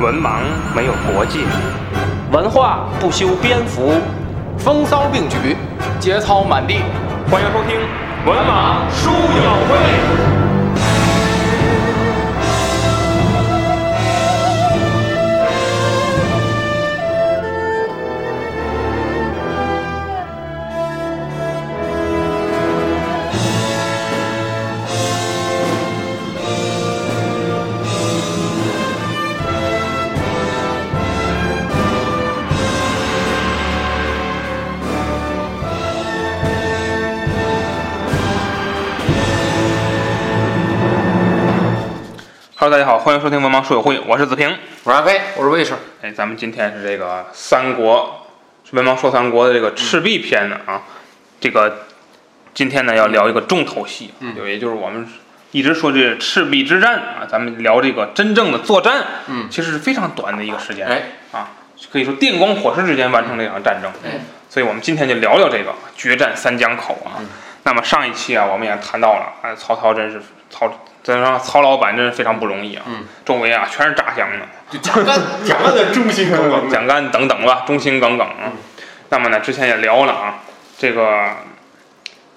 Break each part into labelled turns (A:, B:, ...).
A: 文盲没有国界，
B: 文化不修边幅，
C: 风骚并举，节操满地。
A: 欢迎收听《文盲书友会》。Hello，大家好，欢迎收听《文盲书友会》，我是子平。
C: 我是阿飞，我是卫士。
A: 哎，咱们今天是这个三国，是文盲说三国的这个赤
C: 嗯
A: 壁篇呢啊。这个今天呢要聊一个重头戏，
C: 嗯
A: 有也就是我们一直说这赤壁之战啊，咱们聊这个真正的作战，
C: 嗯，
A: 其实是非常短的一个时间，啊
C: 哎，
A: 可以说电光火石之间完成这场战争。
C: 哎
A: 所以我们今天就聊聊这个决战三江口啊。
C: 嗯
A: 那么上一期啊，我们也谈到了，哎，曹操真是曹，咱说曹老板真是非常不容易啊，
C: 嗯
A: 周围啊全是诈降的。
C: 就讲干讲干的忠心耿耿的。
A: 蒋干等等吧，忠心耿耿
C: 嗯
A: 啊。那么呢，之前也聊了啊，这个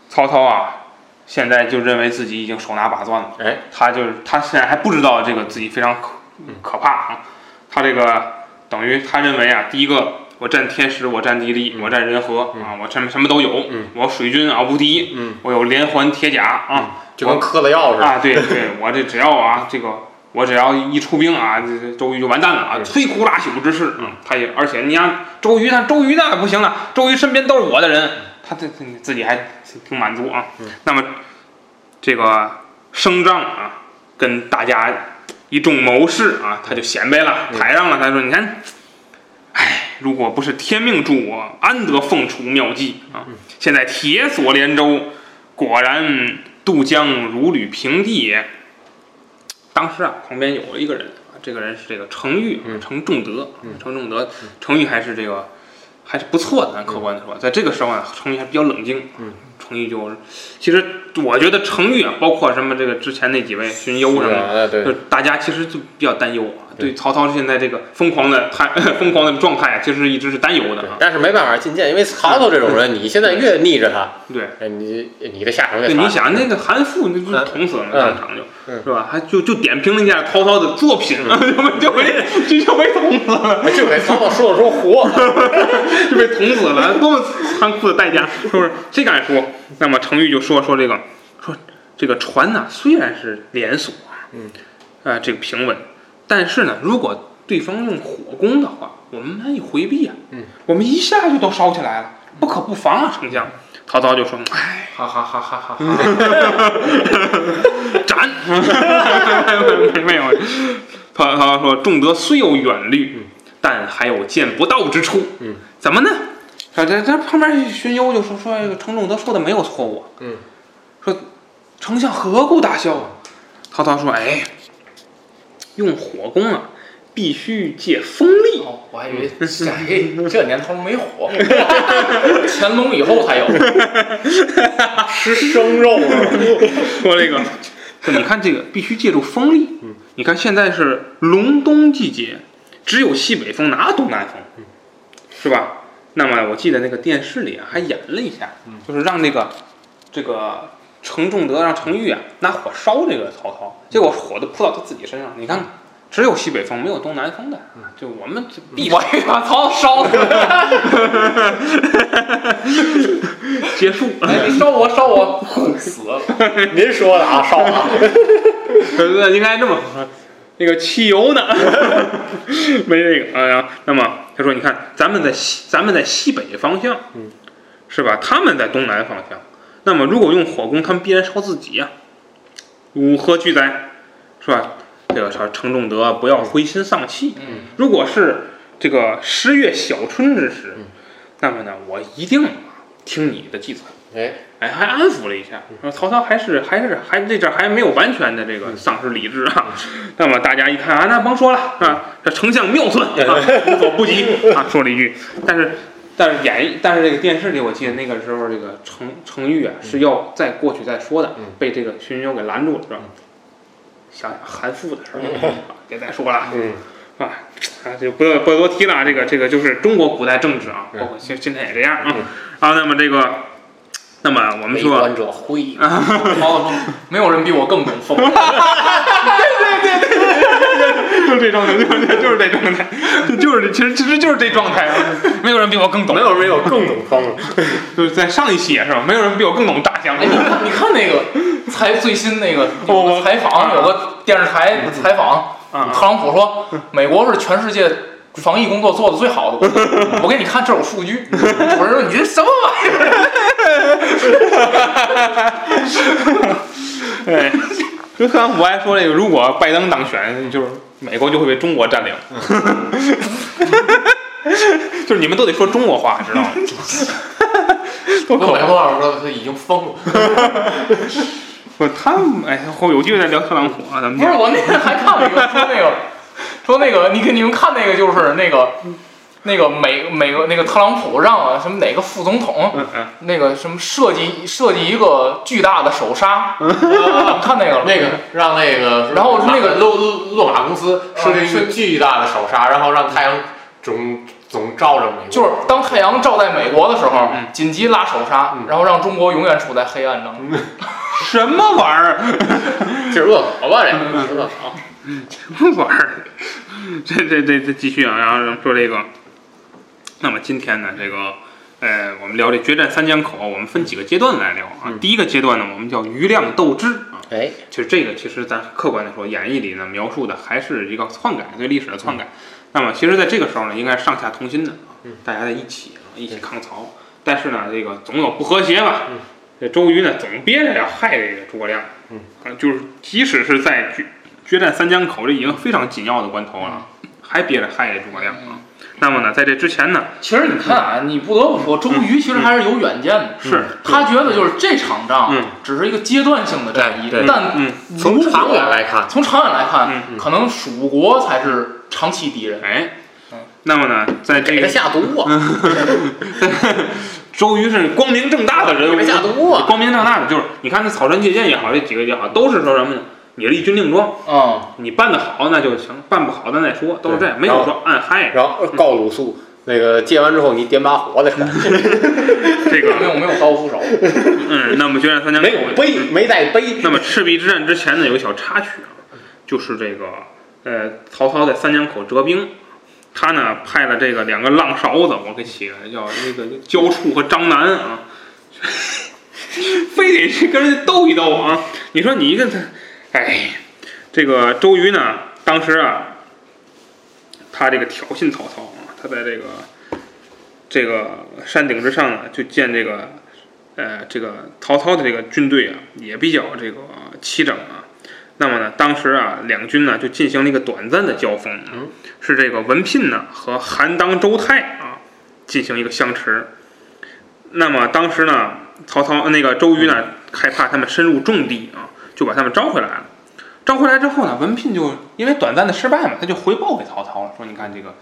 A: 曹操啊，现在就认为自己已经手拿把攥了，
C: 哎，
A: 他就是他现在还不知道这个自己非常可
C: 嗯
A: 可怕啊，他这个等于他认为啊，第一个我占天时，我占地利，
C: 嗯
A: 我占人和
C: 嗯
A: 啊，我什么什么都有
C: 嗯，
A: 我水军啊无敌，
C: 嗯，
A: 我有连环铁甲啊
C: 就跟嗑了药似的。
A: 啊，对对，我这只要啊这个。我只要一出兵啊，这这周瑜就完蛋了啊！
C: 嗯
A: 摧枯拉朽之势，
C: 嗯
A: 他也而且你看周瑜呢，周瑜那不行了，周瑜身边都是我的人，他这这自己还挺挺满足啊。
C: 嗯
A: 那么这个升帐啊，跟大家一众谋士啊，他就显摆了，
C: 嗯
A: 台上了，他说：“你看，哎，如果不是天命助我，安得凤雏妙计啊
C: 嗯！
A: 现在铁索连舟，果然渡江如履平地也。”当时啊，旁边有了一个人啊，这个人是这个程昱啊，
C: 嗯
A: 程仲德
C: 嗯，
A: 程仲德，程昱还是这个还是不错的，咱客观的说，在这个时候啊，程昱还比较冷静，
C: 嗯，
A: 程昱就，其实我觉得程昱啊，包括什么这个之前那几位荀攸什么的，
C: 的，
A: 就
C: 对，
A: 是大家其实就比较担忧啊，
C: 对
A: 对曹操现在这个疯狂的态、 疯狂的状态啊，其实一直是担忧的
C: 对
A: 啊，
C: 但是没办法进谏，因为曹操这种人，你现在越逆着他，
A: 对。
C: 哎，你你的下场越
A: 对，
C: 惨。
A: 你想那个韩馥，那不是
C: 嗯
A: 捅死了吗？
C: 嗯
A: 当场就，
C: 嗯
A: 是吧？还就就点评了一下曹操的作品， 就被就就被捅死了，
C: 哎就给曹操说了说活，
A: 就被捅死了，多么残酷的代价，是不是？这敢说？那么程昱就说说这个，说这个船呐，虽然是连锁，
C: 嗯，
A: 啊，这个平稳，但是呢，如果对方用火攻的话，我们难以回避啊，
C: 嗯，
A: 我们一下就都烧起来了，不可不防啊，嗯丞相。曹操就说：“哎，
C: 哈哈哈哈哈哈！
A: 斩！ 没有没有，曹操说：“仲德虽有远虑，但还有见不到之处。”
C: 嗯，
A: 怎么呢？啊，这这旁边荀攸就说说这个程仲德说的没有错误啊。
C: 嗯，
A: 说丞相何故大笑啊？曹操说：“哎，用火攻啊，必须借风力。
C: 哦，我还以为这这年头没 火，乾隆以后才有，吃生肉啊了。
A: 说这个，说 你看这个必须借助风力。
C: 嗯，
A: 你看现在是隆冬季节，只有西北风，哪有东南风？是吧？那么我记得那个电视里啊，还演了一下，
C: 嗯
A: 就是让那个这个程仲德让程昱啊拿火烧这个曹操，结果火都扑到他自己身上。你看看，只有西北风，没有东南风的
C: 嗯，
A: 就我们这必
C: 我也把曹操烧了，
A: 结束。
C: 哎，你烧我烧我，死了。您说的啊，烧啊，
A: 对对，应该这么说。那个汽油呢？ 没这个。哎呀，那么他说，你看，咱们在西，咱们在西北方向，
C: 嗯，
A: 是吧？他们在东南方向。那么如果用火攻，他们必然烧自己啊呀、吾何惧哉？是吧？这个啥，程仲德不要灰心丧气。
C: 嗯，
A: 如果是这个十月小春之时，
C: 嗯
A: 那么呢，我一定听你的计策。
C: 哎，
A: 哎，还安抚了一下。说曹操还是还是还这阵儿还没有完全的这个丧失理智啊。那么大家一看啊，那甭说了啊，这丞相妙算啊，无所不及啊，说了一句。但是但是演但是这个电视里，我记得那个时候这个程程昱啊是要再过去再说的
C: 嗯，
A: 被这个荀攸给啊拦住了，是吧？想想韩馥的事儿，别再说了，
C: 嗯，
A: 是吧？啊，就不要不要多提了啊，这个这个就是中国古代政治啊，
C: 嗯
A: 包括现现在也这样啊。啊，那么这个，那么我们
B: 悲
A: 说，
B: 观者灰，
C: 好，没有人比我更懂风。
A: 就是这状态，就是就是这状态，就就是这，其实其实就是这状态啊，没有人比我更懂
D: 没。有没有更懂风了，
A: 就是在上一期也是，没有人比我更懂大象。
C: 哎，你看你看那个采最新那
A: 哦
C: 个有个采访，有个电视台采访，
A: 嗯啊
C: 特朗普说美国是全世界防疫工作做的最好的 国家，我给你看这有数据。我说你这什么玩意儿？
A: 对，就特朗普还说这个，如果拜登当选，就是美国就会被中国占领，就是你们都得说中国话，知道吗？多
C: 我
A: 可
C: 美
A: 怕！
C: 国老师说已经疯了。
A: 不是他们，哎，后有机会再聊特朗普啊，咱们
C: 不是我那天还看了一个说那个说那个，你给你们看那个就是那个那个美美国那个特朗普让什么哪个副总统
A: 嗯嗯，
C: 那个什么设计设计一个巨大的手刹，
A: 嗯
C: 啊看那个了
D: 那个让那个，
C: 然后那个
D: 洛洛洛马公司设定一个巨大的手刹，然后让太阳总总照着美国，
C: 就是当太阳照在美国的时候
A: 嗯，
C: 紧急拉手刹，
D: 嗯
C: 然后让中国永远处在黑暗当中。
A: 什么玩意儿？
D: 这是嗯恶搞吧？这是恶搞。
A: 什么 玩意儿？这这这这继续啊，然后说这个，那么今天呢，这个，呃，我们聊这决战三江口，我们分几个阶段来聊啊。
D: 嗯
A: 第一个阶段呢，我们叫余量斗之啊。
B: 哎，
A: 其实这个其实咱客观的说，演义里呢描述的还是一个篡改对历史的篡改。那么其实，在这个时候呢，应该是上下同心的啊
D: 嗯，
A: 大家在一起啊，一起抗曹。但是呢，这个总有不和谐吧
D: 嗯。
A: 这周瑜呢，总憋着要害这个诸葛亮。
D: 嗯，
A: 啊，就是即使是在决决战三江口这已经非常紧要的关头了，
D: 嗯
A: 还憋着害这诸葛亮啊。那么呢，在这之前呢，
C: 嗯其实你看啊，你不得不说，周瑜其实还是有远见
D: 嗯
C: 的。
A: 是
C: 他觉得就是这场仗
A: 嗯
C: 只是一个阶段性的战役
D: 对，对
C: 但
A: 嗯，
D: 从
C: 如
D: 长
C: 果
D: 远来看，
C: 从长远来看
A: 嗯，
D: 嗯
C: 可能蜀国才是长期敌人。
A: 哎
C: 嗯，
A: 那么呢，在这
D: 给
A: 个
D: 他下毒啊，
A: 周瑜是光明正大的人
D: 给
A: 物
D: 他，下毒啊，
A: 光明正大的就是，你看那草船借箭也好，这几个也好，都是说什么呢？你立军令状，
C: 嗯，
A: 你办得好那就行，办不好咱再说，都是这样，
D: 对
A: 没有说暗害
D: 然后告鲁肃。那个借完之后，你点把火 再传，
A: 这
C: 没
A: 个。
C: 有没有刀斧手，
A: 嗯，那么决战三江口
D: 没有杯，没带杯，
A: 那么赤壁之战之前呢，有个小插曲啊，就是这个呃，曹操在三江口折兵，他呢派了这个两个浪勺子，我给起个叫那个焦触和张南啊， 非得去跟人家斗一斗啊！你说你一个他，哎，这个周瑜呢，当时啊，他这个挑衅曹操啊，他在这个这个山顶之上呢，就见这个呃，这个曹操的这个军队啊，也比较这个齐整啊。那么呢，当时啊，两军呢就进行了一个短暂的交锋啊，
D: 嗯
A: 是这个文聘呢和韩当、周泰啊进行一个相持。那么当时呢，曹操呃那个周瑜呢害怕他们深入重地啊，就把他们招回来了。招回来之后呢，文聘就因为短暂的失败嘛，他就回报给曹操了，说你看这个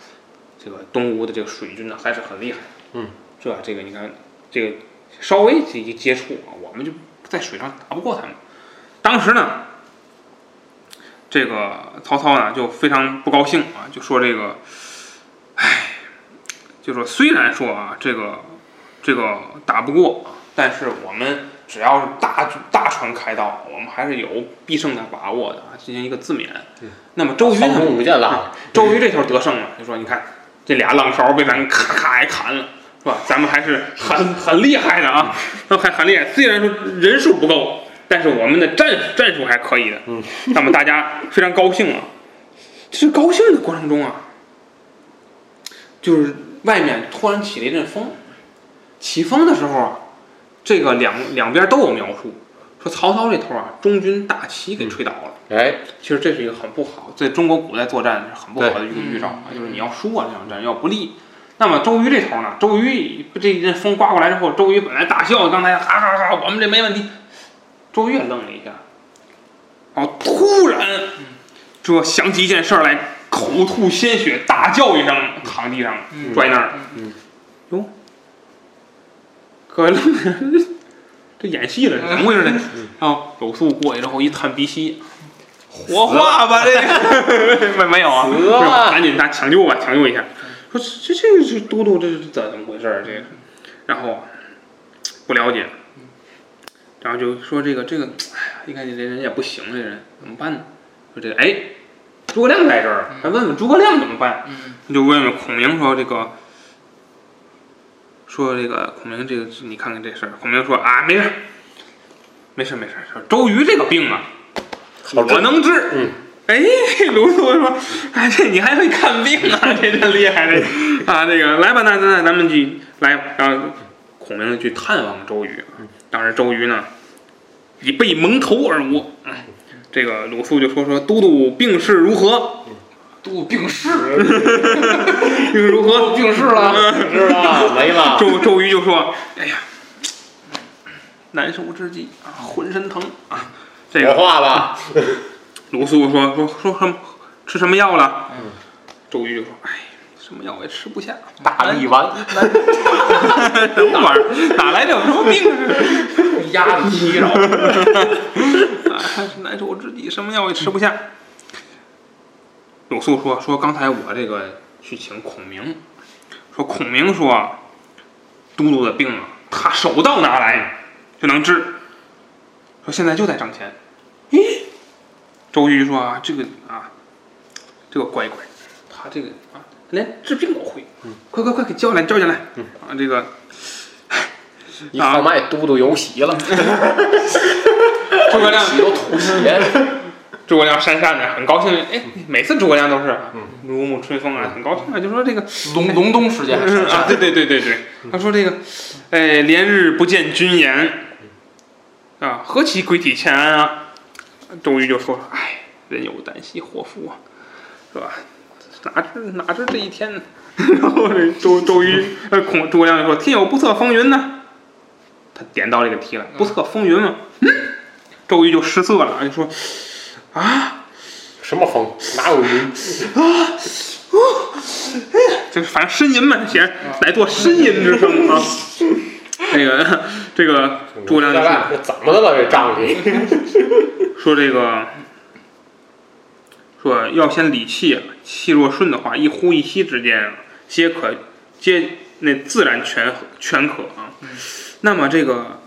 A: 这个东吴的这个水军呢还是很厉害，
D: 嗯，
A: 这这个你看这个稍微一接触啊，我们就在水上打不过他们。当时呢，这个曹操呢就非常不高兴啊，就说这个，唉，就说虽然说啊这个这个打不过啊，但是我们只要是大举大船开到，我们还是有必胜的把握的啊，进行一个自免。那么周瑜
D: 航
A: 呢，
D: 啊空母舰拉了，
A: 周瑜这头得胜了，就说你看这俩浪勺被咱咔咔挨砍了，是吧？咱们还是很很厉害的啊，
D: 嗯
A: 那还很厉害。虽然说人数不够，但是我们的战战术还可以的。
D: 嗯，
A: 那么大家非常高兴啊。这高兴的过程中啊，就是外面突然起了一阵风，起风的时候啊，这个两两边都有描述，说曹操这头啊，中军大旗给吹倒了。
D: 哎，
A: 其实这是一个很不好，在中国古代作战是很不好的
C: 对
A: 预预兆啊，就是你要输啊，这场战要不利。那么周瑜这头呢，周瑜这一阵风刮过来之后，周瑜本来大笑，刚才哈哈哈，我们这没问题。周瑜也愣了一下，然后突然
C: 嗯
A: 这想起一件事儿来，口吐鲜血，大叫一声，躺地上
C: 嗯
A: 拽那儿了。
D: 嗯
A: 哟，哥愣了，嗯这演戏了，怎么回事呢？然后鲁肃过去之后一探鼻息，火化吧，这个 没没有啊？
C: 死了
A: 是吧赶紧他抢救吧，抢救一下。说这这这嘟嘟这是怎怎么回事儿？这个，然后不了解，然后就说这个这个，哎呀，一看这人也不行，这人怎么办呢？说这个哎，诸葛亮在这儿，咱问问诸葛亮怎么办？
C: 嗯
A: 就问问孔明说这个，说这个孔明这个你看看这事儿，孔明说啊没事儿，没事儿没事儿，说周瑜这个病啊，
D: 好治
A: 我能治。
D: 嗯，
A: 哎，卢梭说，哎这你还会看病啊，这真厉害这啊这个来吧，那那咱们去来，然后孔明去探望周瑜，啊当时周瑜呢已被蒙头而卧。嗯这个鲁肃就说说都督病势如何？
C: 度病 逝，
A: 病势如何？
C: 度病逝了，
D: 知道 没了。
A: 周周瑜就说：“哎呀，难受之极啊，浑身疼啊。”这个
D: 火化了，
A: 鲁肃说说说什么吃什么药了？
C: 嗯
A: 周瑜就说：“哎，什么药也吃不下，
B: 大力丸，
A: 什么玩意儿？哪来的有什么病啊？
D: 嗯
C: 鸭子踢着，
A: 啊， 难受之极，什么药也吃不下。”鲁肃说：“说刚才我这个去请孔明，说孔明说，都督的病啊，他手到拿来就能治，说现在就在帐前。”咦，周瑜说：“啊，这个啊，这个乖乖，他这个啊，连治病都会，快快快，给叫来，叫进来。啊，这个
C: 你
D: 啊
C: 他妈也嘟嘟有 喜了，
A: 诸葛亮
C: 喜都吐血了，
A: 诸葛亮扇扇子，很高兴。哎，每次诸葛亮都是啊如沐春风啊，很高兴啊，就说这个
C: 隆隆冬时间还
D: 嗯
C: 是
A: 啊，对对对对对，他说这个，哎，连日不见君言，啊，何其归体欠安啊？周瑜就说了，哎，人有旦夕祸福啊，是吧？哪知哪知这一天 呢？然后这周周瑜呃孔诸葛亮就说：“天有不测风云呢。”他点到这个题了，不测风云嘛。嗯，周瑜就失色了，就说：“啊，
D: 什么风？哪有云？
A: 这反正呻吟嘛，写来做呻吟之声啊。那个这个诸葛亮就说
D: 这怎么的了？这帐里，
A: 说这个说要先理气，气若顺的话，一呼一吸之间啊，皆可皆那自然全全可啊。那么这个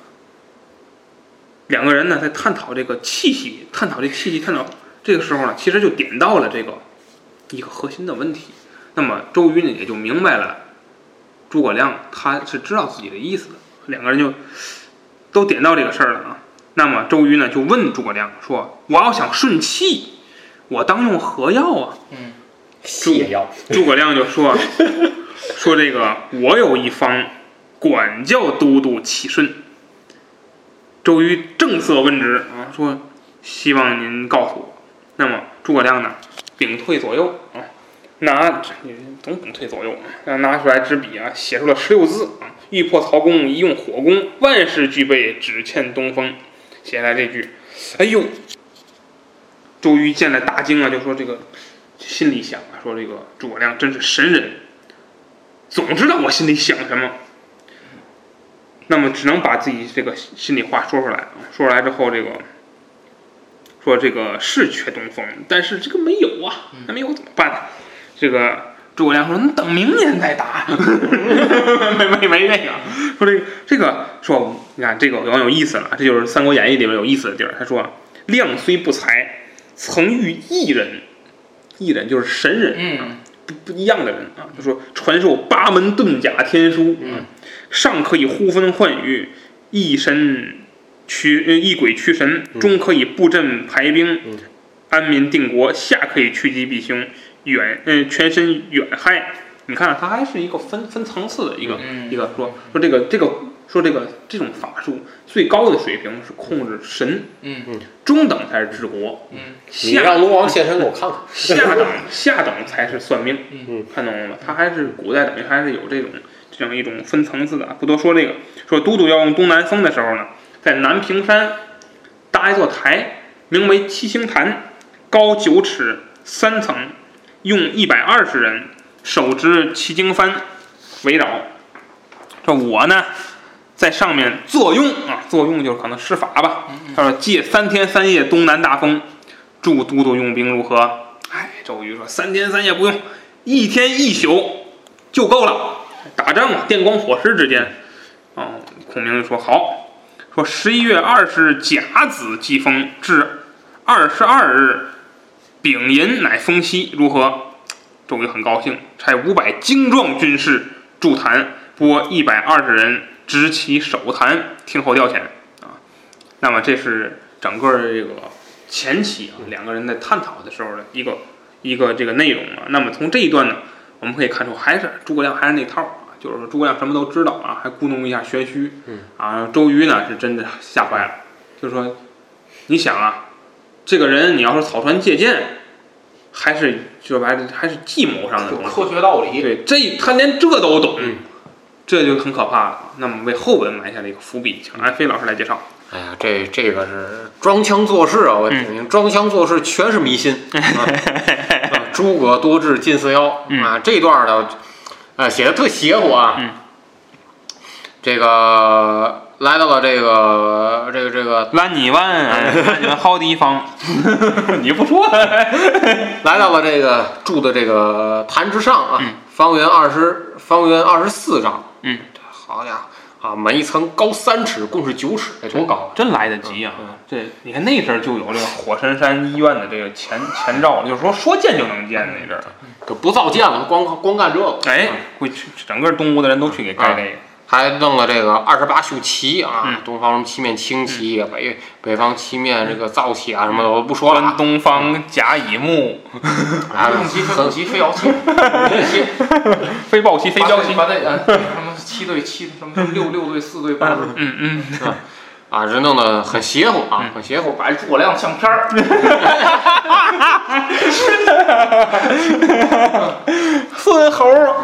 A: 两个人呢，在探讨这个气息，探讨这气息，探讨这个时候呢，其实就点到了这个一个核心的问题。那么周瑜呢，也就明白了诸葛亮他是知道自己的意思的，两个人就都点到这个事儿了啊。那么周瑜呢，就问诸葛亮说：“我要想顺气，我当用何药啊
C: 嗯，
D: 泻药。？”
A: 诸葛亮就说：“说这个我有一方管教都督启顺。”周瑜正色问之啊，说：“希望您告诉我。”那么诸葛亮呢，屏退左右啊，拿总屏退左右啊，拿出来纸笔啊，写出了十六字啊：“欲破曹公，宜用火攻；万事俱备，只欠东风。”写下来这句，哎呦，周瑜见了大惊啊，就说这个心里想啊，说这个诸葛亮真是神人，总知道我心里想什么。那么只能把自己这个心里话说出来啊，说出来之后，这个说这个是缺东风，但是这个没有啊，那没有怎么办呢？这个诸葛亮说：“你等明年再打。” 没没没那个，说这个这个说，你看这个网有意思了，这就是《三国演义》里面有意思的地儿。他说啊：“亮虽不才，曾遇一人，一人就是神人，啊
C: 嗯，
A: 不不一样的人啊，就说传授八门遁甲天书，
C: 嗯
A: 啊，上可以呼风唤雨，一神驱呃一鬼驱神，
C: 嗯
A: 中可以布阵排兵，
D: 嗯
A: 安民定国，下可以趋吉避凶，远嗯、全身远害。你看、啊它还是一个分分层次的一个、
C: 嗯
A: 一个说说这个这个说这个这种法术最高的水平是控制神，
C: 嗯
A: 中等才是治国，
C: 嗯
D: 你
A: 下
D: 让龙王现身给我看看。
A: 下等 下等才是算命，
D: 嗯，
A: 看懂了吗？它还是古代等于还是有这种这样一种分层次的啊。不多说这个，说都督要用东南风的时候呢，在南屏山搭一座台，名为七星坛，高九尺，三层，用一百二十人，手执七经幡围绕。这我呢，在上面坐拥啊，坐拥就是可能施法吧。他说借三天三夜东南大风，祝都督用兵如何？哎，周瑜说三天三夜不用，一天一宿就够了。打仗嘛，电光火石之间。嗯，孔明就说好，说十一月二十甲子祭封，至二十二日丙寅乃封西，如何？周瑜很高兴，差五百精壮军士筑坛，拨一百二十人执其首坛，听候调遣啊。那么这是整个这个前期啊，两个人在探讨的时候的一个一个这个内容啊。那么从这一段呢，我们可以看出，还是诸葛亮还是那套啊，就是说诸葛亮什么都知道啊，还咕哝一下玄虚，
D: 嗯
A: 啊，周瑜呢是真的吓坏了，就是说，你想啊，这个人你要是草船借箭，还是就是还是还是计谋上的
C: 有
A: 东西，
C: 科学道理，
A: 对，这他连这都懂，
D: 嗯
A: 这就很可怕了。那么为后文埋下了一个伏笔，请安飞老师来介 绍。
D: 哎呀，这这个是装腔作势啊！我
A: 嗯
D: 听听，装腔作势全是迷信。 啊啊诸葛多智近似妖
A: 嗯
D: 啊，这段呢，啊写的特邪乎啊。
A: 嗯
D: 这个来到了这个这个这个，
A: 拉你湾，拉你湾好地方，你不说，
D: 来到了这个住的这个坛之上啊，
A: 嗯
D: 方圆二十方圆二十四丈。
A: 嗯，
D: 好家伙啊，每一层高三尺，共是九尺，得多高啊！
A: 真来得及啊！这你看那阵儿就有这个火神山医院的这个前前兆，就是说说见就能见那阵儿。
D: 就不造建了，光光干这个。啊
A: 哎，会去整个东吴的人都去给盖这个。
D: 还弄了这个二十八宿旗啊，
A: 嗯
D: 东方什么七面青旗，北北方七面这个皂旗啊，什
A: 嗯
D: 么的我都不说了
A: 关
D: 啊。
A: 东方甲乙木，
D: 啊
C: 不用急，不用急，非 要急，不用急，
A: 非豹旗，非标旗。
C: 把那呃什么七对七，什么什么六六对四对八对，
A: 嗯嗯，
D: 啊，这弄得很邪乎啊，很邪乎。
C: 摆诸葛亮相片儿，
A: 孙猴儿。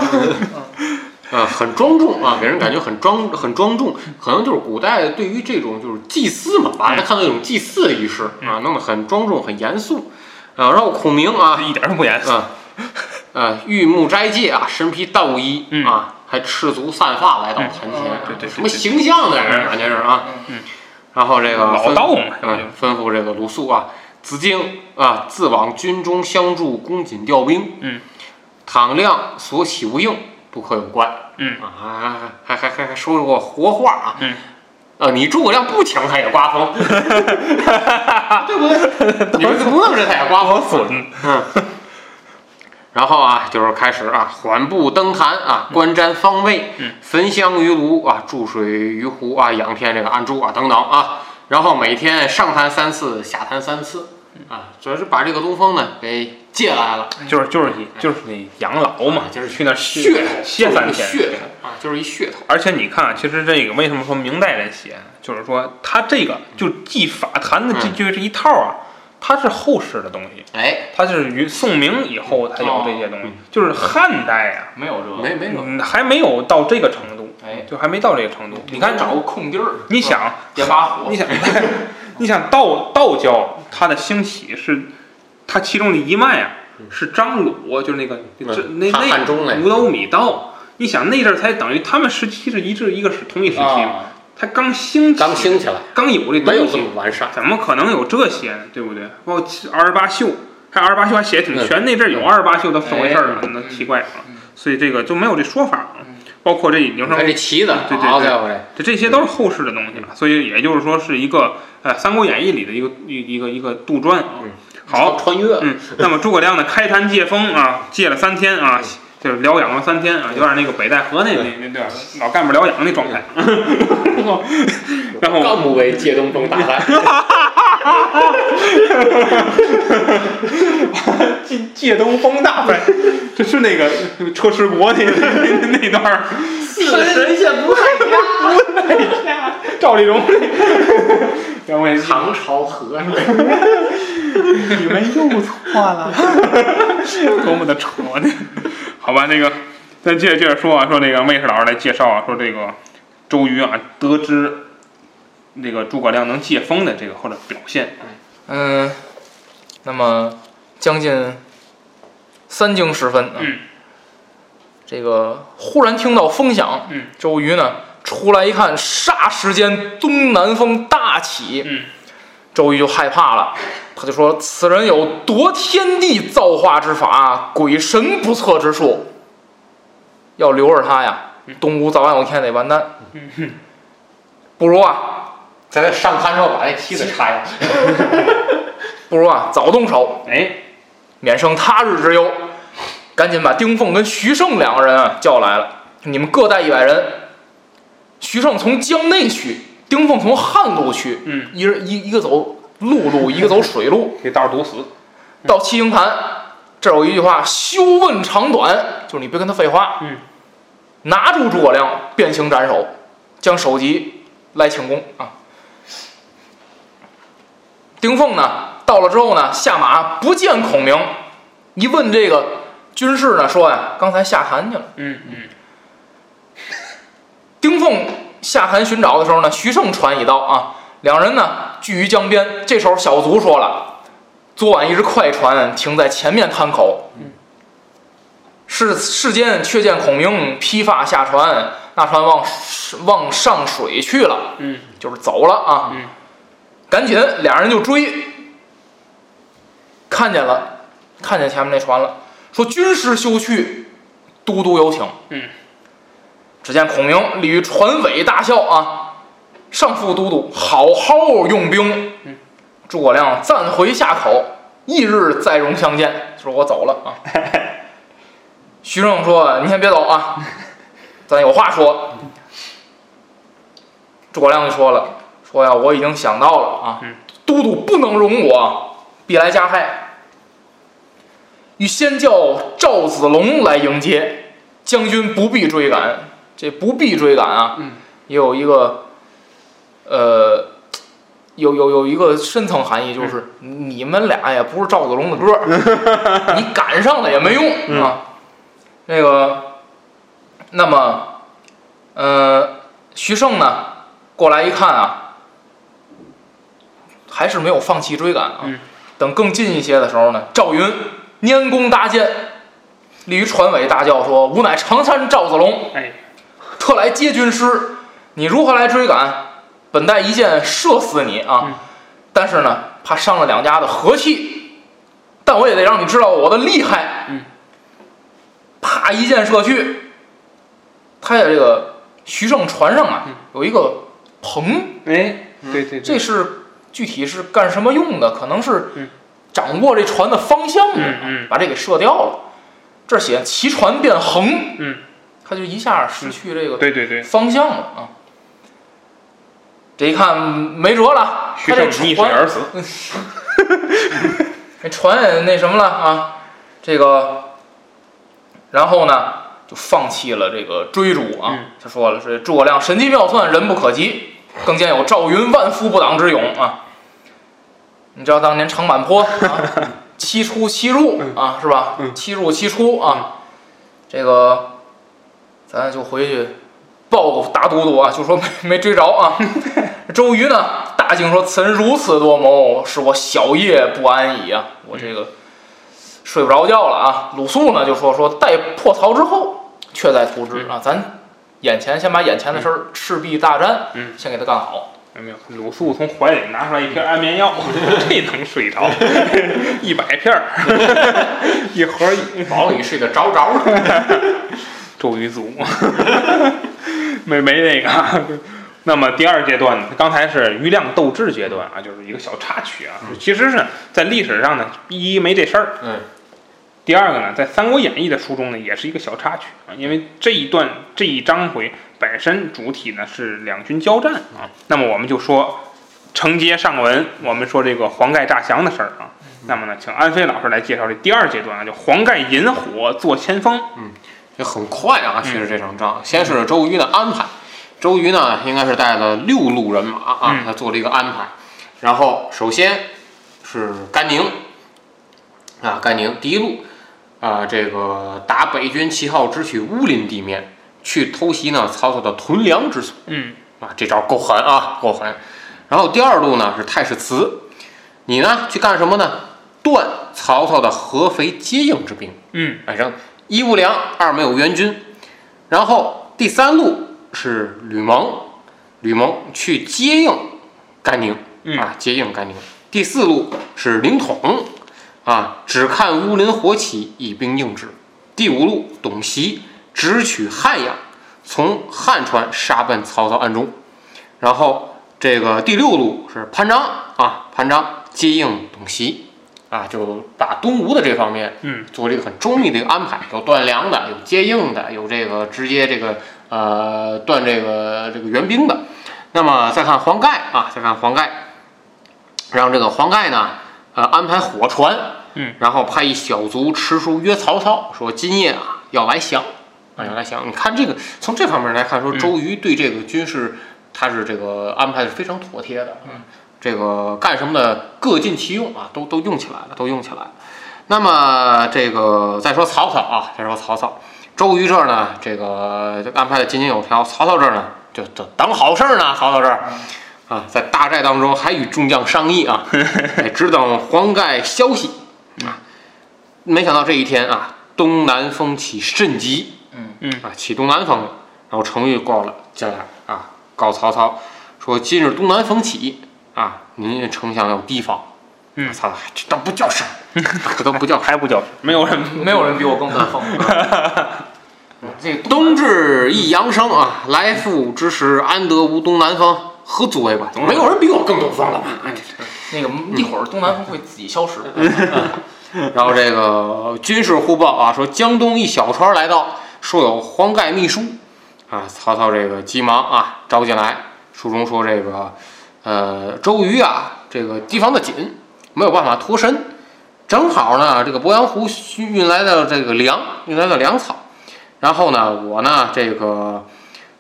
D: 啊，很庄重
A: 嗯
D: 啊，给人感觉很庄很庄重，可能就是古代对于这种就是祭祀
A: 嗯
D: 嘛，把它看作一种祭祀的仪式啊，弄得很庄重很严肃。啊，然后孔明 啊，
A: 一点儿都不严肃。
D: 啊，啊，玉木斋戒啊，身披道衣、
A: 嗯
D: 啊，还赤足散发来到坛前、
C: 嗯
A: 对对对
D: 什么形象的人啊，这是啊。
A: 嗯
D: 然后这个
A: 老
D: 吩
A: 道嘛这不就
D: 嗯，吩咐这个鲁肃啊，子敬啊，自往军中相助，公瑾调兵。
A: 嗯，
D: 倘亮所起无应，不可有怪。
A: 嗯
D: 啊，还还还还说过活话啊。
A: 嗯。
D: 啊，你诸葛亮不请他也刮 风，对不对？你们不弄这他也刮风，
A: 损，
D: 然后啊，就是开始啊，缓步登坛啊，观瞻方位，
A: 嗯
D: 焚香于炉啊，注水于壶啊，仰天这个案柱啊，等等啊。然后每天上坛三次，下坛三次啊，主要是把这个东风呢给借来了，
A: 就是就是你就是你养老嘛，就是去那儿
D: 噱头，
A: 歇三
D: 就是
A: 天。
D: 一噱头啊，就是一噱头。
A: 而且你看啊，其实这个为什么说明代人写，啊就是说他这个就记法坛的这
D: 嗯
A: 就这一套啊，它是后世的东西，
D: 哎，
A: 它是于宋明以后才有这些
D: 哦嗯
A: 东西，就是汉代啊，
C: 没有这个，
D: 没没有，
A: 嗯，还没有到这个程度，
C: 哎，
A: 就还没到这个程度。你看，
C: 找个空地儿，
A: 你想，
C: 点把火，
A: 你想， 你想道道教它的兴起是，它其中的一脉啊是张鲁，就是那个
D: 嗯
A: 这那
D: 汉汉中
A: 那
D: 那
A: 五斗米道。你想那阵儿才等于他们时期是一致一个是同一时期嘛，
C: 啊，
A: 它刚兴起，
D: 刚兴起来，
A: 刚有这
D: 没有
A: 东
D: 这
A: 西，
D: 么完善。
A: 怎么可能有这些呢？对不对？包括二十八宿，还二十八宿还写的挺全，那阵儿有二十八宿都怎么回事儿呢？那奇怪了
C: 嗯，
A: 所以这个就没有这说法了
C: 嗯。
A: 包括这营
D: 你
A: 生
D: 看这旗子，
A: 对对对
D: 好家伙这，
A: 这这些都是后世的东西了，所以也就是说是一个呃《三国演义》里的一个一一个一个杜撰啊
D: 嗯。
A: 好，
D: 穿越，
A: 嗯，那么诸葛亮呢，开坛借风啊，借了三天啊，就是疗养了三天啊，有点那个北戴河那那那那老干部疗养那状态。然后， 然后
D: 干部为借东风打 伞，
A: 借借东风大败， 这是那个车迟国 那那那那段儿，
D: 神仙不害家，
A: 赵丽蓉，两位
D: 唐朝和尚。
A: 你们又错了， 多么的丑呢？好吧，那个，咱接着接着说啊，说那个卫士老师来介绍啊，说这个周瑜啊，得知那个诸葛亮能借风的这个后来表现，
C: 嗯，那么将近三更时分，啊
A: 嗯，
C: 这个忽然听到风响，
A: 嗯，
C: 周瑜呢出来一看，霎时间东南风大起，
A: 嗯，
C: 周瑜就害怕了，他就说：“此人有夺天地造化之法，啊鬼神不测之术，要留着他呀，
A: 嗯
C: 东吴早晚有一天得完蛋。不如啊，
D: 咱在上刊时候把那梯子拆了。
C: 不如啊，早动手，
A: 哎，
C: 免生他日之忧。赶紧把丁奉跟徐盛两个人啊叫来了，你们各带一百人。徐盛从江内去，丁奉从汉路去，
A: 嗯，
C: 一人一一个走陆路，一个走水路，
A: 给道儿堵死。
C: 到七星盘。这有一句话：休问长短，就是你别跟他废话。
A: 嗯，
C: 拿住诸葛亮，变形斩首，将首级来请功啊。丁奉呢，到了之后呢，下马不见孔明，一问这个军事呢，说呀，刚才下坛去了。
A: 嗯嗯
C: 丁奉下坛寻找的时候呢，徐盛传一刀啊，两人呢聚于江边。这时候小卒说了，昨晚一只快船停在前面滩口，世世间却见孔明披发下船，那船往往上水去了，
A: 嗯
C: 就是走了啊。
A: 嗯
C: 赶紧俩人就追，看见了，看见前面那船了，说军师休去，都督有请。
A: 嗯，
C: 只见孔明立于船尾大笑啊，上复都督，好好用兵。
A: 嗯，
C: 诸葛亮暂回夏口，翌日再容相见。说我走 了啊。徐盛说：“您先别走啊，咱有话说。”诸葛亮就说了：“说呀，我已经想到了啊
A: 嗯，
C: 都督不能容我，必来加害。欲先叫赵子龙来迎接，将军不必追赶。这不必追赶啊，
A: 嗯
C: 也有一个，呃，有有有一个深层含义，就是、
A: 嗯
C: 你们俩也不是赵子龙的歌儿， 你赶上了也没用、
A: 嗯
C: 啊。那个，那么，呃，徐盛呢过来一看啊，还是没有放弃追赶啊。
A: 嗯
C: 等更近一些的时候呢，赵云拈弓搭箭，立于船尾大叫说：“吾乃常山赵子龙，
A: 哎，
C: 特来接军师，你如何来追赶？本待一箭射死你啊！
A: 嗯
C: 但是呢，怕伤了两家的和气，但我也得让你知道我的厉害。
A: 嗯
C: 啪一箭射去，他的这个徐盛船上啊
A: 嗯
C: 有一个棚，
A: 哎，对对
C: 这
A: 对，
C: 是具体是干什么用的？可能
A: 嗯
C: 是掌握这船的方向的，
A: 嗯嗯
C: 把这给射掉了。这写其船变横，
A: 嗯，
C: 他就一下失去这个
A: 对对对，
C: 方向了啊。这一看没辙了，
A: 徐
C: 他这
A: 盛溺水
C: 船
A: 而死。
C: 这船也那什么了啊，这个，然后呢就放弃了这个追逐啊。
A: 嗯
C: 他说了，是诸葛亮神机妙算，人不可及，更兼有赵云万夫不挡之勇啊。你知道当年长坂坡啊，七出七入啊，是吧？
A: 嗯
C: 七入七出啊，这个咱就回去报个大都督啊，就说没没追着 啊。周瑜呢，大惊说：“此人如此多谋，使我小夜不安矣啊！我这
D: 嗯
C: 个睡不着觉了啊。”鲁肃呢就说：“说待破曹之后，却在图
D: 嗯
C: 之啊，咱眼前先把眼前的事儿赤壁大战，
A: 嗯
C: 先给他干好。
A: 有没有？鲁肃从怀里拿出来一片安眠药，这能睡着？一百片儿，一盒一
D: 保你睡得着着的。
A: 周瑜足， 没没那个啊。那么第二阶段呢，刚才是余亮斗智阶段啊，就是一个小插曲啊。其实是在历史上呢，一没这事儿，
D: 嗯，
A: 第二个呢，在《三国演义》的书中呢，也是一个小插曲啊，因为这一段这一章回本身主体呢是两军交战啊，那么我们就说承接上文，我们说这个黄盖诈降的事儿啊，那么呢，请安飞老师来介绍这第二阶段啊，叫黄盖引火做先锋，
D: 也很快
A: 嗯
D: 啊，其实这场仗，先是周瑜的安排，周瑜呢应该是带了六路人马啊
A: 嗯，
D: 他做了一个安排。然后首先是甘宁啊，甘宁第一路啊，这个打北军旗号直取乌林地面，去偷袭呢曹操的屯粮之所。
A: 嗯
D: 啊，这招够狠啊，够狠。然后第二路呢是太史慈，你呢去干什么呢？断曹操的合肥接应之兵。
A: 嗯
D: 反正哎一无粮，二没有援军。然后第三路是吕蒙，吕蒙去接应甘宁
A: 嗯
D: 啊，接应干净。第四路是凌统，啊，只看乌林火起，以兵应之。第五路董袭直取汉阳，从汉川杀奔曹操暗中。然后这个第六路是潘璋啊，潘璋接应董袭，啊，就把东吴的这方面
A: 嗯
D: 做了一个很周密的一个安排，有断粮的，有接应的，有这个直接这个呃断这个这个援兵的。那么再看黄盖啊，再看黄盖，让这个黄盖呢，呃，安排火船，
A: 嗯，
D: 然后派一小卒持书约曹操，说今夜啊要来降，啊要来降。你看这个，从这方面来看，说
A: 嗯
D: 周瑜对这个军事，他是这个安排是非常妥帖的，嗯，这个干什么的各尽其用啊，都都用起来了，都用起来了。那么这个再说曹操啊，再说曹操，周瑜这儿呢，这个就安排的井井有条，曹操这儿呢，就就当好事儿呢，曹操这儿。
A: 嗯
D: 啊，在大寨当中还与众将商议 啊，哎，只等黄盖消息啊。没想到这一天啊，东南风起甚急，
C: 嗯
A: 嗯
D: 啊，起东南风了。然后程昱过来进来啊，告曹操说：“今日东南风起啊，您丞相要提防。”啊
A: 嗯
D: 曹操这都不叫事儿，这都不叫事儿。
A: 还不叫没有人
C: 没有人比我 更能疯。
D: 这冬至一阳生啊，来复之时，安得无东南风？何足为怪？没有人比我更懂风了吧？
C: 那个
D: 嗯
C: 一会儿东南风会自己消失。
D: 然后这个军事互报啊，说江东一小船来到，说有黄盖密书啊。曹操这个急忙啊招进来，书中说这个呃周瑜啊，这个提防的紧，没有办法脱身。正好呢，这个鄱阳湖运来的这个粮，运来的粮草。然后呢，我呢这个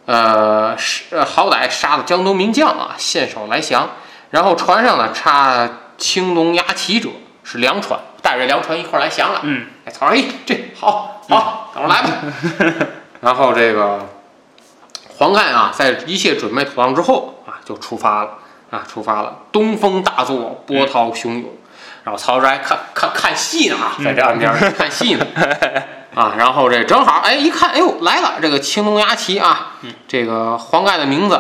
D: 呃是呃好歹杀了江东名将啊，献首来降。然后船上呢插青龙压旗者，是粮船，带着粮船一块儿来降了。
A: 嗯
D: 哎，曹仁义，这好好，等着来吧。然后这个黄盖啊，在一切准备妥当之后啊，就出发了啊，出发了。东风大作，波涛汹涌。然后曹植还看看看戏呢啊，在这岸边儿看戏呢。啊，然后这正好，哎，一看，哎呦，来了，这个青龙牙旗啊，这个黄盖的名字，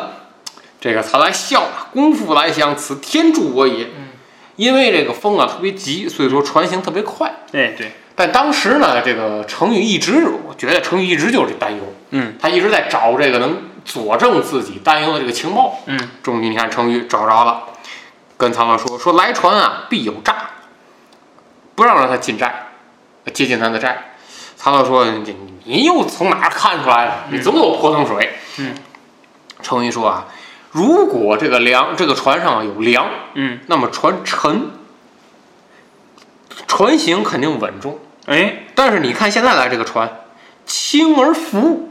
D: 这个曹来笑了，功夫来降，此天助我也。因为这个风啊特别急，所以说船行特别快。
A: 哎对
D: 但当时呢，这个程昱一直，我觉得程昱一直就是这担忧，
A: 嗯，
D: 他一直在找这个能佐证自己担忧的这个情报，
A: 嗯，
D: 终于你看程昱找着了，跟曹操说说来船啊必有诈，不让让他进寨，呃接近咱的寨。曹操说嗯你你又从哪儿看出来的？你总给我泼冷水。
A: 嗯，
D: 程昱说啊，如果这个粮这个船上有粮，
A: 嗯
D: 那么船沉，船行肯定稳重。
A: 哎
D: 但是你看现在来这个船，轻而浮，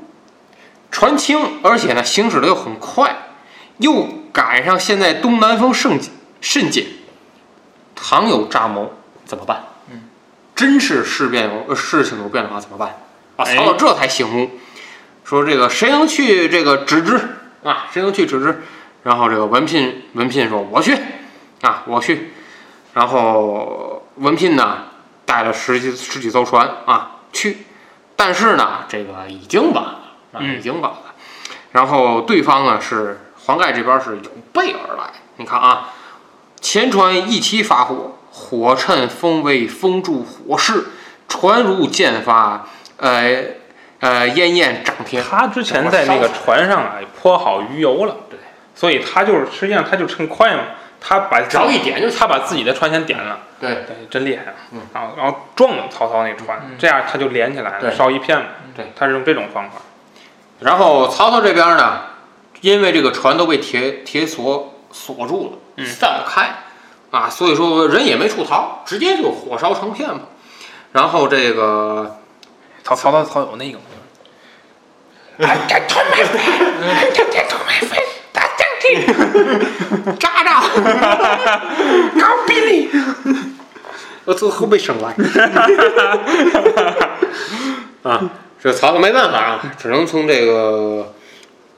D: 船轻，而且呢行驶的又很快，又赶上现在东南风盛紧甚紧，倘有诈谋怎么办？
C: 嗯，
D: 真是事变有呃事情有变的话怎么办？啊，
A: 哎
D: 曹操这才醒悟，说这个谁能去这个指之啊？谁能去指之？然后这个文聘文聘说我去啊，我去。然后文聘呢带了十几十几艘船啊去，但是呢这个已经晚了，啊、
A: 嗯
D: 已经晚了。然后对方呢是黄盖这边是有备而来，你看啊，前船一齐发火，火趁风威，风助火势，船如剑发，呃呃烟焰涨天。
A: 他之前在那个船上啊泼好鱼油了
D: 对，
A: 所以他就是实际上他就趁快嘛，他把
D: 着一点就
A: 他把自己的船先点了，
D: 对
A: 对，真厉害啊
D: 嗯！
A: 然后然后撞了曹操那船，
C: 嗯
A: 这样他就连起来了，
D: 对
A: 烧一片嘛。
D: 对，
A: 他是用这种方法。
D: 然后曹操这边呢，因为这个船都被铁铁索锁住了，
A: 嗯
D: 散不开啊，所以说人也没处逃，直接就火烧成片嘛。然后这个，
C: 曹曹操曹有那个吗？
D: 啊渣渣，高比利，我从后背上来。 啊，这曹操没办法啊，只能从这个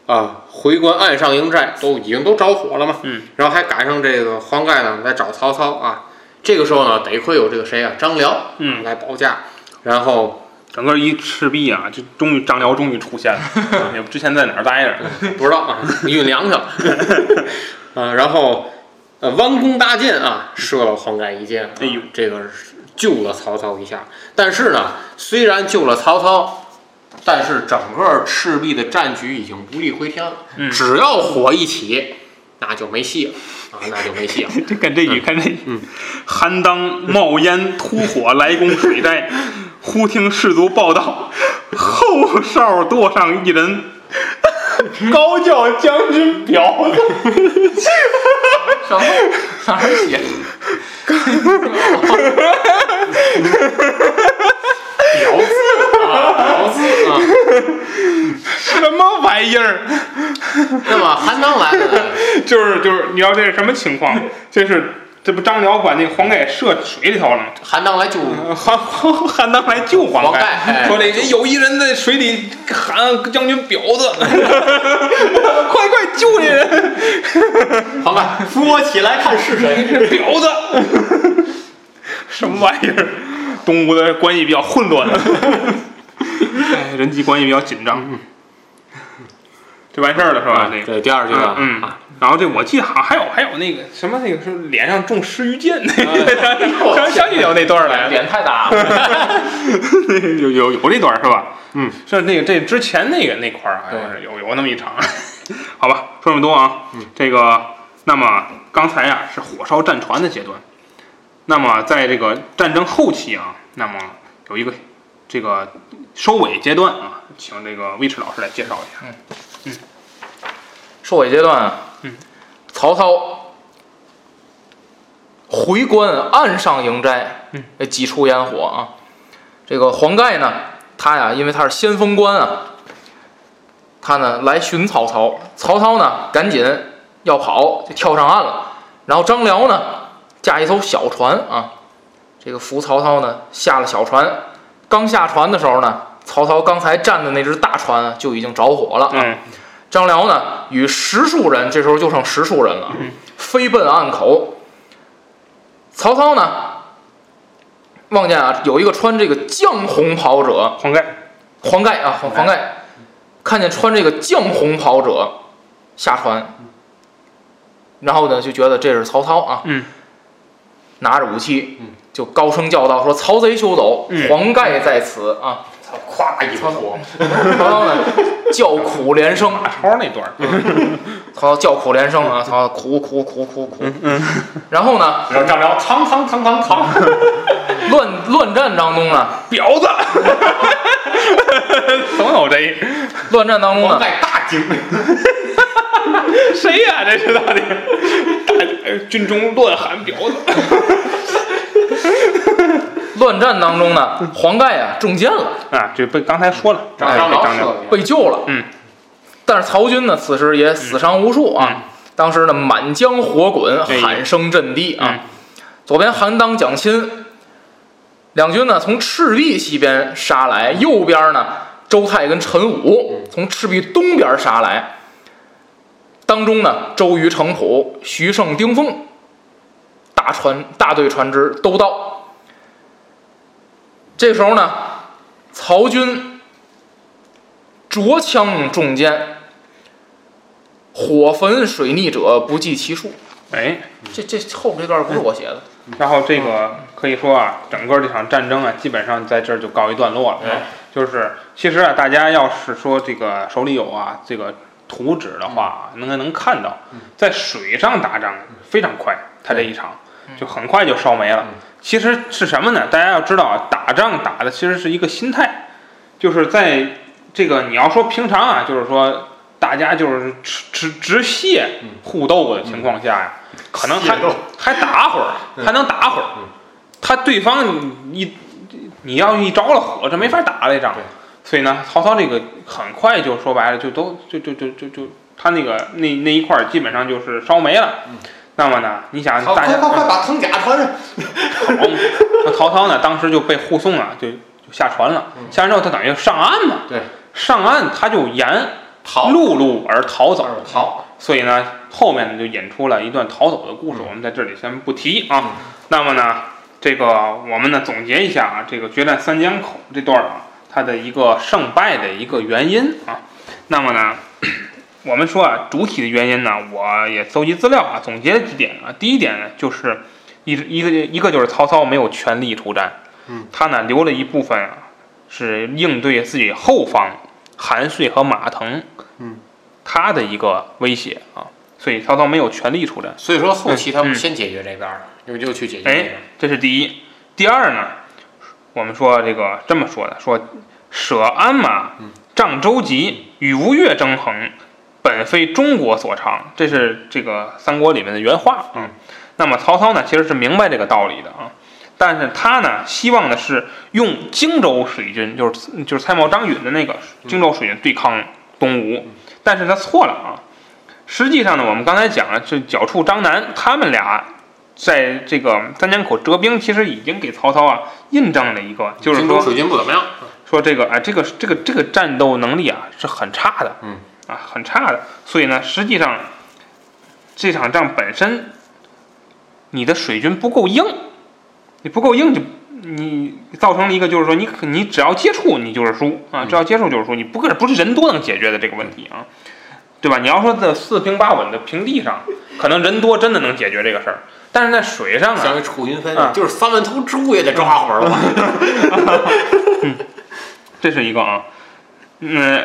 D: 啊回关岸上营寨，都已经都着火了嘛。
A: 嗯，
D: 然后还赶上这个黄盖呢在找曹操啊。这个时候呢，得亏有这个谁啊，张辽
A: 嗯
D: 来保驾，然后
A: 整个一赤壁啊，就终于张辽终于出现了， 也之前在哪儿待着？
D: 呃不知道啊，运粮去了。啊，然后呃，弯弓搭箭啊，射了黄盖一箭。啊
A: 哎呦，
D: 这个是救了曹操一下。但是呢，虽然救了曹操，但是整个赤壁的战局已经无力回天了。
A: 嗯
D: 只要火一起，那就没戏了啊，那就没戏 了。
A: 这看这语，看这语
D: 嗯，
A: 韩当冒烟突火来攻水寨， 忽听士卒报道，后哨垛上一人高叫将军婊子。
C: 上头 上哪儿写？
D: 屌丝啊，屌丝啊。
A: 什么玩意儿？
D: 那么韩当来 了呢，
A: 就是就是，你知道这是什么情 况？这是这不张辽把那个黄盖射水里头了吗？
D: 韩当来救
A: 呃韩韩韩当来救黄
D: 黄盖哎
A: 说这这有一人在水里喊将军婊子， 快快救这人
D: 黄盖，扶我起来看是谁。
A: 婊子，什么玩意儿？东吴的关系比较混乱，哎，人际关系比较紧张，就完事儿了是吧？这个。
D: 对，第二句啊，
A: 嗯，嗯然后这我记得好像还有还有那个什么那个是脸上中石鱼箭，想想起聊那段儿来了，
C: 脸太大了。
A: 有有有这段儿是吧？
D: 嗯，
A: 是那个这之前那个那块儿好像是有有那么一场， 好吧，说这么多啊，这个那么刚才呀、是火烧战船的阶段，那么在这个战争后期啊，那么有一个这个收尾阶段啊，请这个魏迟老师来介绍一下。啊
C: 收尾阶段啊，
A: 嗯
C: 曹操回关岸上营寨
A: 嗯，
C: 这几处烟火啊。这个黄盖呢，他呀，因为他是先锋官啊，他呢来寻曹操，曹操呢赶紧要跑，就跳上岸了。然后张辽呢驾一艘小船啊，这个扶曹操呢下了小船。刚下船的时候呢，曹操刚才站的那只大船啊就已经着火了啊。
A: 嗯，
C: 张辽呢，与十数人，这时候就剩十数人了
A: 嗯，
C: 飞奔岸口。曹操呢，望见啊有一个穿这个绛红袍者，
A: 黄盖，
C: 黄盖啊，黄黄盖，看见穿这个绛红袍者下船，然后呢就觉得这是曹操啊，
A: 嗯
C: 拿着武器
D: 嗯
C: 就高声叫道说：“曹贼休走
A: 嗯，
C: 黄盖在此啊
D: 操，咵
A: 啊
D: 一火，！”
C: 曹操呢叫苦连啊声，
A: 马超那段儿，
D: 嗯
C: 曹操叫苦连声啊，曹操苦苦苦苦苦，
A: 嗯
C: 然后呢，
D: 然后张辽，苍苍苍苍苍。
C: 乱乱战当中呢，
A: 婊子，总有这一
C: 乱战当中
D: 黄
C: 呢，
D: 盖大惊，
A: 谁呀、这是到底？大呃军中乱喊婊子，
C: 乱战当中呢，黄盖啊中箭了，
A: 啊，这被刚才说了，
D: 嗯张
A: 哎被
D: 辽
A: 张辽
D: 射
C: 被救了。
A: 嗯。
C: 但是曹军呢，此时也死伤无数啊。
A: 嗯
C: 当时呢，满江火滚，
A: 哎
C: 喊声震地啊。
A: 嗯
C: 左边韩当、蒋钦两军呢，从赤壁西边杀来；右边呢，周泰跟陈武
A: 嗯
C: 从赤壁东边杀来。当中呢，周瑜、程普、徐盛、丁奉，大船大队船只都到。这时候呢，曹军着枪中箭，火焚水溺者不计其数。
A: 哎，
C: 这这后边这段不是我写的，
A: 然后这个可以说啊，整个这场战争啊，基本上在这儿就告一段落了。
D: 哎
A: 就是其实啊，大家要是说这个手里有啊这个图纸的话啊，应该能看到，在水上打仗非常快，他这一场就很快就烧没了。其实是什么呢？大家要知道啊，打仗打的其实是一个心态，就是在这个你要说平常啊，就是说大家就是直直直械互斗的情况下呀、可能还
D: 械斗
A: 还打会儿，还能打会儿。他对方一你要一着了火，这没法打这仗
D: 对。
A: 所以呢，曹操这个很快就说白了，就都就就就就就他那个那那一块儿基本上就是烧没了。那么呢，你想
D: 好，
A: 大
D: 快
A: 家
D: 快快，把藤甲穿上。
A: 跑嘛。那曹操呢，当时就被护送了，就就下船了。
D: 嗯
A: 下船之后，他等于上岸嘛。
D: 对，
A: 上岸他就沿
D: 逃，
A: 陆路而逃走。
D: 逃，
A: 所以呢，后面呢就引出了一段逃走的故事，
D: 嗯
A: 我们在这里先不提啊。那么呢，这个我们呢总结一下啊，这个决战三江口这段儿啊，它的一个胜败的一个原因啊。那么呢， 我们说啊，主体的原因呢，我也搜集资料啊，总结了几点啊。第一点呢，就是一一个一个就是曹操没有全力出战，
D: 嗯，
A: 他呢留了一部分啊，是应对自己后方韩遂和马腾，
D: 嗯，
A: 他的一个威胁啊，所以曹操没有全力出战，
D: 所以说后期他
A: 嗯
D: 们先解决这边儿，你们就去解决这
A: 哎
D: 边儿。
A: 这是第一。第二呢，我们说这个这么说的，说舍鞍马
D: 嗯，
A: 仗舟楫，与吴越争衡，本非中国所长。这是这个三国里面的原话啊。
D: 嗯
A: 那么曹操呢，其实是明白这个道理的啊。但是他呢，希望的是用荆州水军，就是就是蔡瑁、张允的那个
D: 嗯
A: 荆州水军对抗东吴，但是他错了啊。实际上呢，我们刚才讲了，这角处、张南他们俩在这个三江口折兵，其实已经给曹操啊印证了一个，就是
D: 荆州
A: 说
D: 水军不怎么样，
A: 说这个哎，这个这个这个战斗能力啊是很差的，
D: 嗯，
A: 啊很差的。所以呢，实际上这场仗本身你的水军不够硬，你不够硬就你造成了一个就是说你可你只要接触你就是输啊，
D: 嗯
A: 只要接触就是输，你不可不是人多能解决的这个问题啊。对吧？你要说在四平八稳的平地上，可能人多真的能解决这个事儿，但是在水上啊，
D: 像楚云帆
A: 啊
D: 就是三万头植物也得抓活儿了。
A: 嗯这是一个啊，嗯，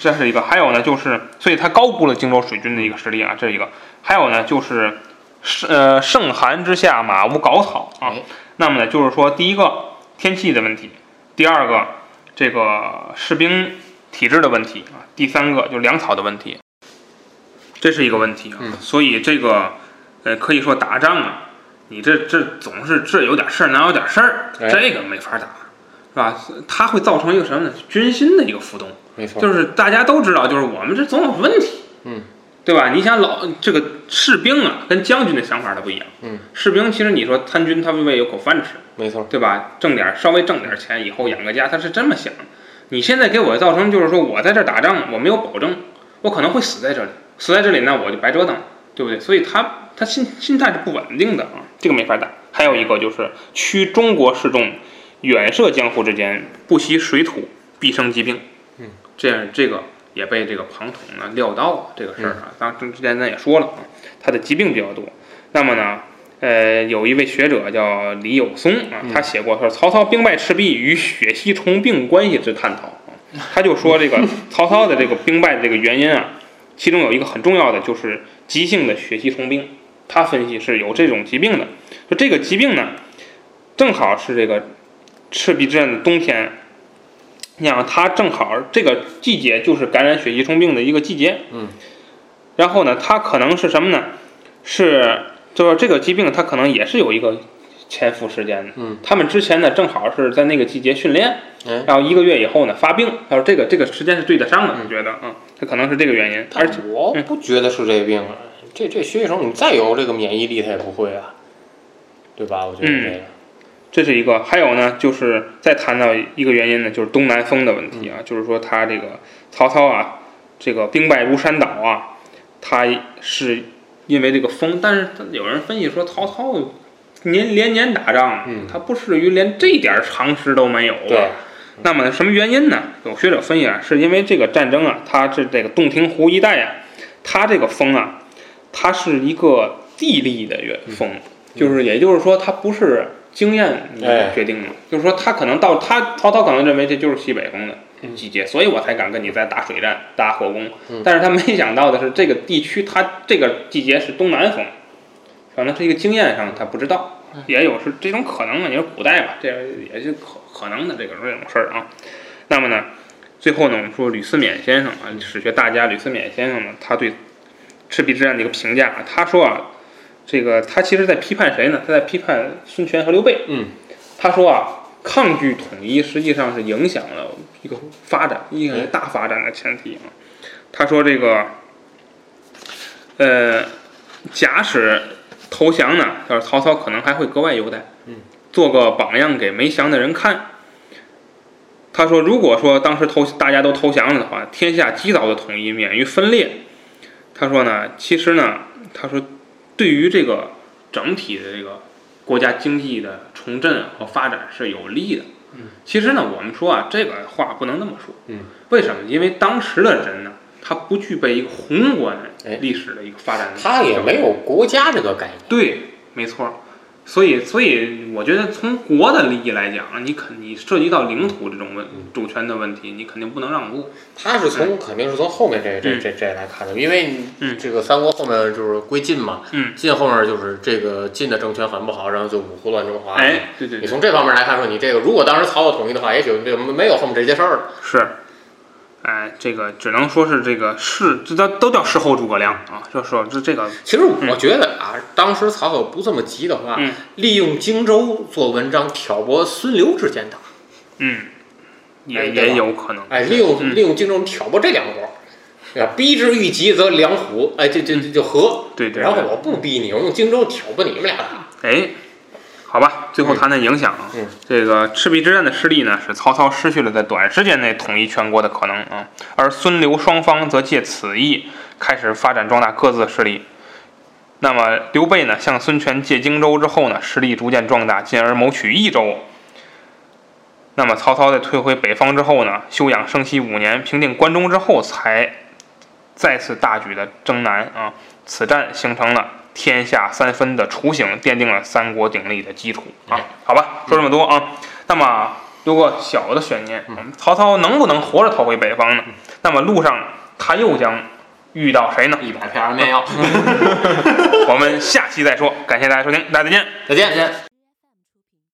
A: 这是一个。还有呢，就是所以他高估了荆州水军的一个实力啊，这是一个。还有呢，就是盛呃盛寒之下，马无稿草啊。
D: 哎
A: 那么呢，就是说第一个天气的问题，第二个这个士兵体制的问题啊，第三个就粮草的问题，这是一个问题啊。
D: 嗯
A: 所以这个呃，可以说打仗啊，你这这总是这有点事儿，那有点事儿，
D: 哎
A: 这个没法打，是吧？它会造成一个什么呢？军心的一个浮动。
D: 没错，
A: 就是大家都知道，就是我们这总有问题，
D: 哦嗯，
A: 对吧？你想老这个士兵啊，跟将军的想法他不一样，
D: 嗯，
A: 士兵其实你说参军，他为有口饭吃，
D: 没错，
A: 对吧？挣点稍微挣点钱，以后养个家，他是这么想的。你现在给我造成就是说我在这儿打仗，我没有保证，我可能会死在这里，死在这里呢我就白折腾，对不对？所以他他心心态是不稳定的啊，这个没法打。还有一个就是趋中国示众，远涉江湖之间，不习水土，必生疾病。
D: 嗯，
A: 这样这个也被这个庞统呢料到啊这个事儿啊，当之前咱也说了啊，他的疾病比较多。那么呢，呃，有一位学者叫李友松啊，他写过说曹操兵败赤壁与血吸虫病关系之探讨啊，他就说这个 曹操的这个兵败的这个原因啊，其中有一个很重要的就是急性的血吸虫病，他分析是有这种疾病的，说这个疾病呢，正好是这个赤壁之战的冬天。你想，他正好这个季节就是感染血吸虫病的一个季节。
D: 嗯。
A: 然后呢，他可能是什么呢？是就是这个疾病，它可能也是有一个潜伏时间的。
D: 嗯，
A: 他们之前呢，正好是在那个季节训练，
D: 哎
A: 然后一个月以后呢发病，他说这个这个时间是对得上的，
D: 嗯
A: 我觉得，嗯，他可能是这个原因，而
D: 而
A: 且。嗯
D: 我不觉得是这病啊，这这薛医生，你再有这个免疫力，他也不会啊，对吧？我觉
A: 嗯
D: 得这个，
A: 这是一个，还有呢，就是再谈到一个原因呢，就是东南风的问题啊，就是说他这个曹操啊，这个兵败如山倒啊，他是因为这个风，但是他有人分析说曹操年连年打仗，
D: 嗯
A: 他不至于连这点儿常识都没有啊。
D: 对，
A: 那么什么原因呢？有学者分析啊，是因为这个战争啊，它是这个洞庭湖一带啊，它这个风啊，它是一个地利的原
D: 嗯
A: 风，就是也就是说它不是经验
D: 哎
A: 决定的，就是说他可能到他曹操可能认为这就是西北风的
D: 嗯
A: 季节，所以我才敢跟你再打水战、打火攻
D: 嗯。
A: 但是他没想到的是，这个地区它这个季节是东南风，可能是一个经验上他不知道。也有是这种可能的，也是古代吧，这也是可可能的这个这种事儿啊。那么呢，最后呢，我们说吕思勉先生啊，史学大家吕思勉先生呢，他对赤壁之战的一个评价啊，他说啊，这个他其实在批判谁呢？他在批判孙权和刘备。
D: 嗯，
A: 他说啊，抗拒统一实际上是影响了一个发展，一个大发展的前提啊。他说这个，呃，假使投降呢，就是曹操可能还会格外优待，
D: 嗯，
A: 做个榜样给没降的人看。他说，如果说当时投大家都投降了的话，天下及早的统一，免于分裂。他说呢，其实呢，他说对于这个整体的这个国家经济的重振和发展是有利的。
D: 嗯，
A: 其实呢，我们说啊，这个话不能那么说。
D: 嗯，
A: 为什么？因为当时的人呢，它不具备一个宏观
D: 哎
A: 历史的一个发展的。
D: 他也没有国家这个概念。
A: 对，没错。所以，所以我觉得从国的利益来讲，你肯你涉及到领土这种问
D: 嗯
A: 主权的问题，你肯定不能让步。
D: 他是从肯定是从后面这这这这来看的，因为你
A: 嗯
D: 这个三国后面就是归晋嘛，
A: 嗯
D: 晋后面就是这个晋的政权很不好，然后就五胡乱中华。，
A: 哎，对对
D: 你
A: 对，
D: 从这方面来看说，你这个如果当时曹操统一的话，也许就没有后面这些事儿了。
A: 是。哎，这个只能说是这个事，这都都叫事后诸葛亮啊，就说这这个
D: 其实我觉得啊，当时曹操不这么急的话，
A: 嗯
D: 利用荆州做文章挑拨孙刘之间的，
A: 嗯，也、
D: 哎对吧
A: 也有可能。
D: 哎，利用、
A: 嗯
D: 利用荆州挑拨这两国。对吧？啊逼之欲急则两虎，哎，这这这就和。
A: 嗯对对
D: 然后
A: 对
D: 我不逼你，我用荆州挑拨你们俩打。
A: 哎，好吧，最后谈谈影响啊。
D: 嗯嗯
A: 这个赤壁之战的失利呢，使曹操失去了在短时间内统一全国的可能啊，而孙刘双方则借此役开始发展壮大各自的势力。那么刘备呢，向孙权借荆州之后呢，势力逐渐壮大，进而谋取益州。那么曹操在退回北方之后呢，休养生息五年，平定关中之后，才再次大举的征南啊。此战形成了天下三分的雏形，奠定了三国鼎立的基础啊
D: 哎。
A: 好吧，说这么多啊。那么有个小的悬念，嗯曹操能不能活着逃回北方呢？那么路上他又将遇到谁呢？
D: 一 百片安眠药。
A: 我们下期再说，感谢大家收听，大家再见。
D: 再见。再见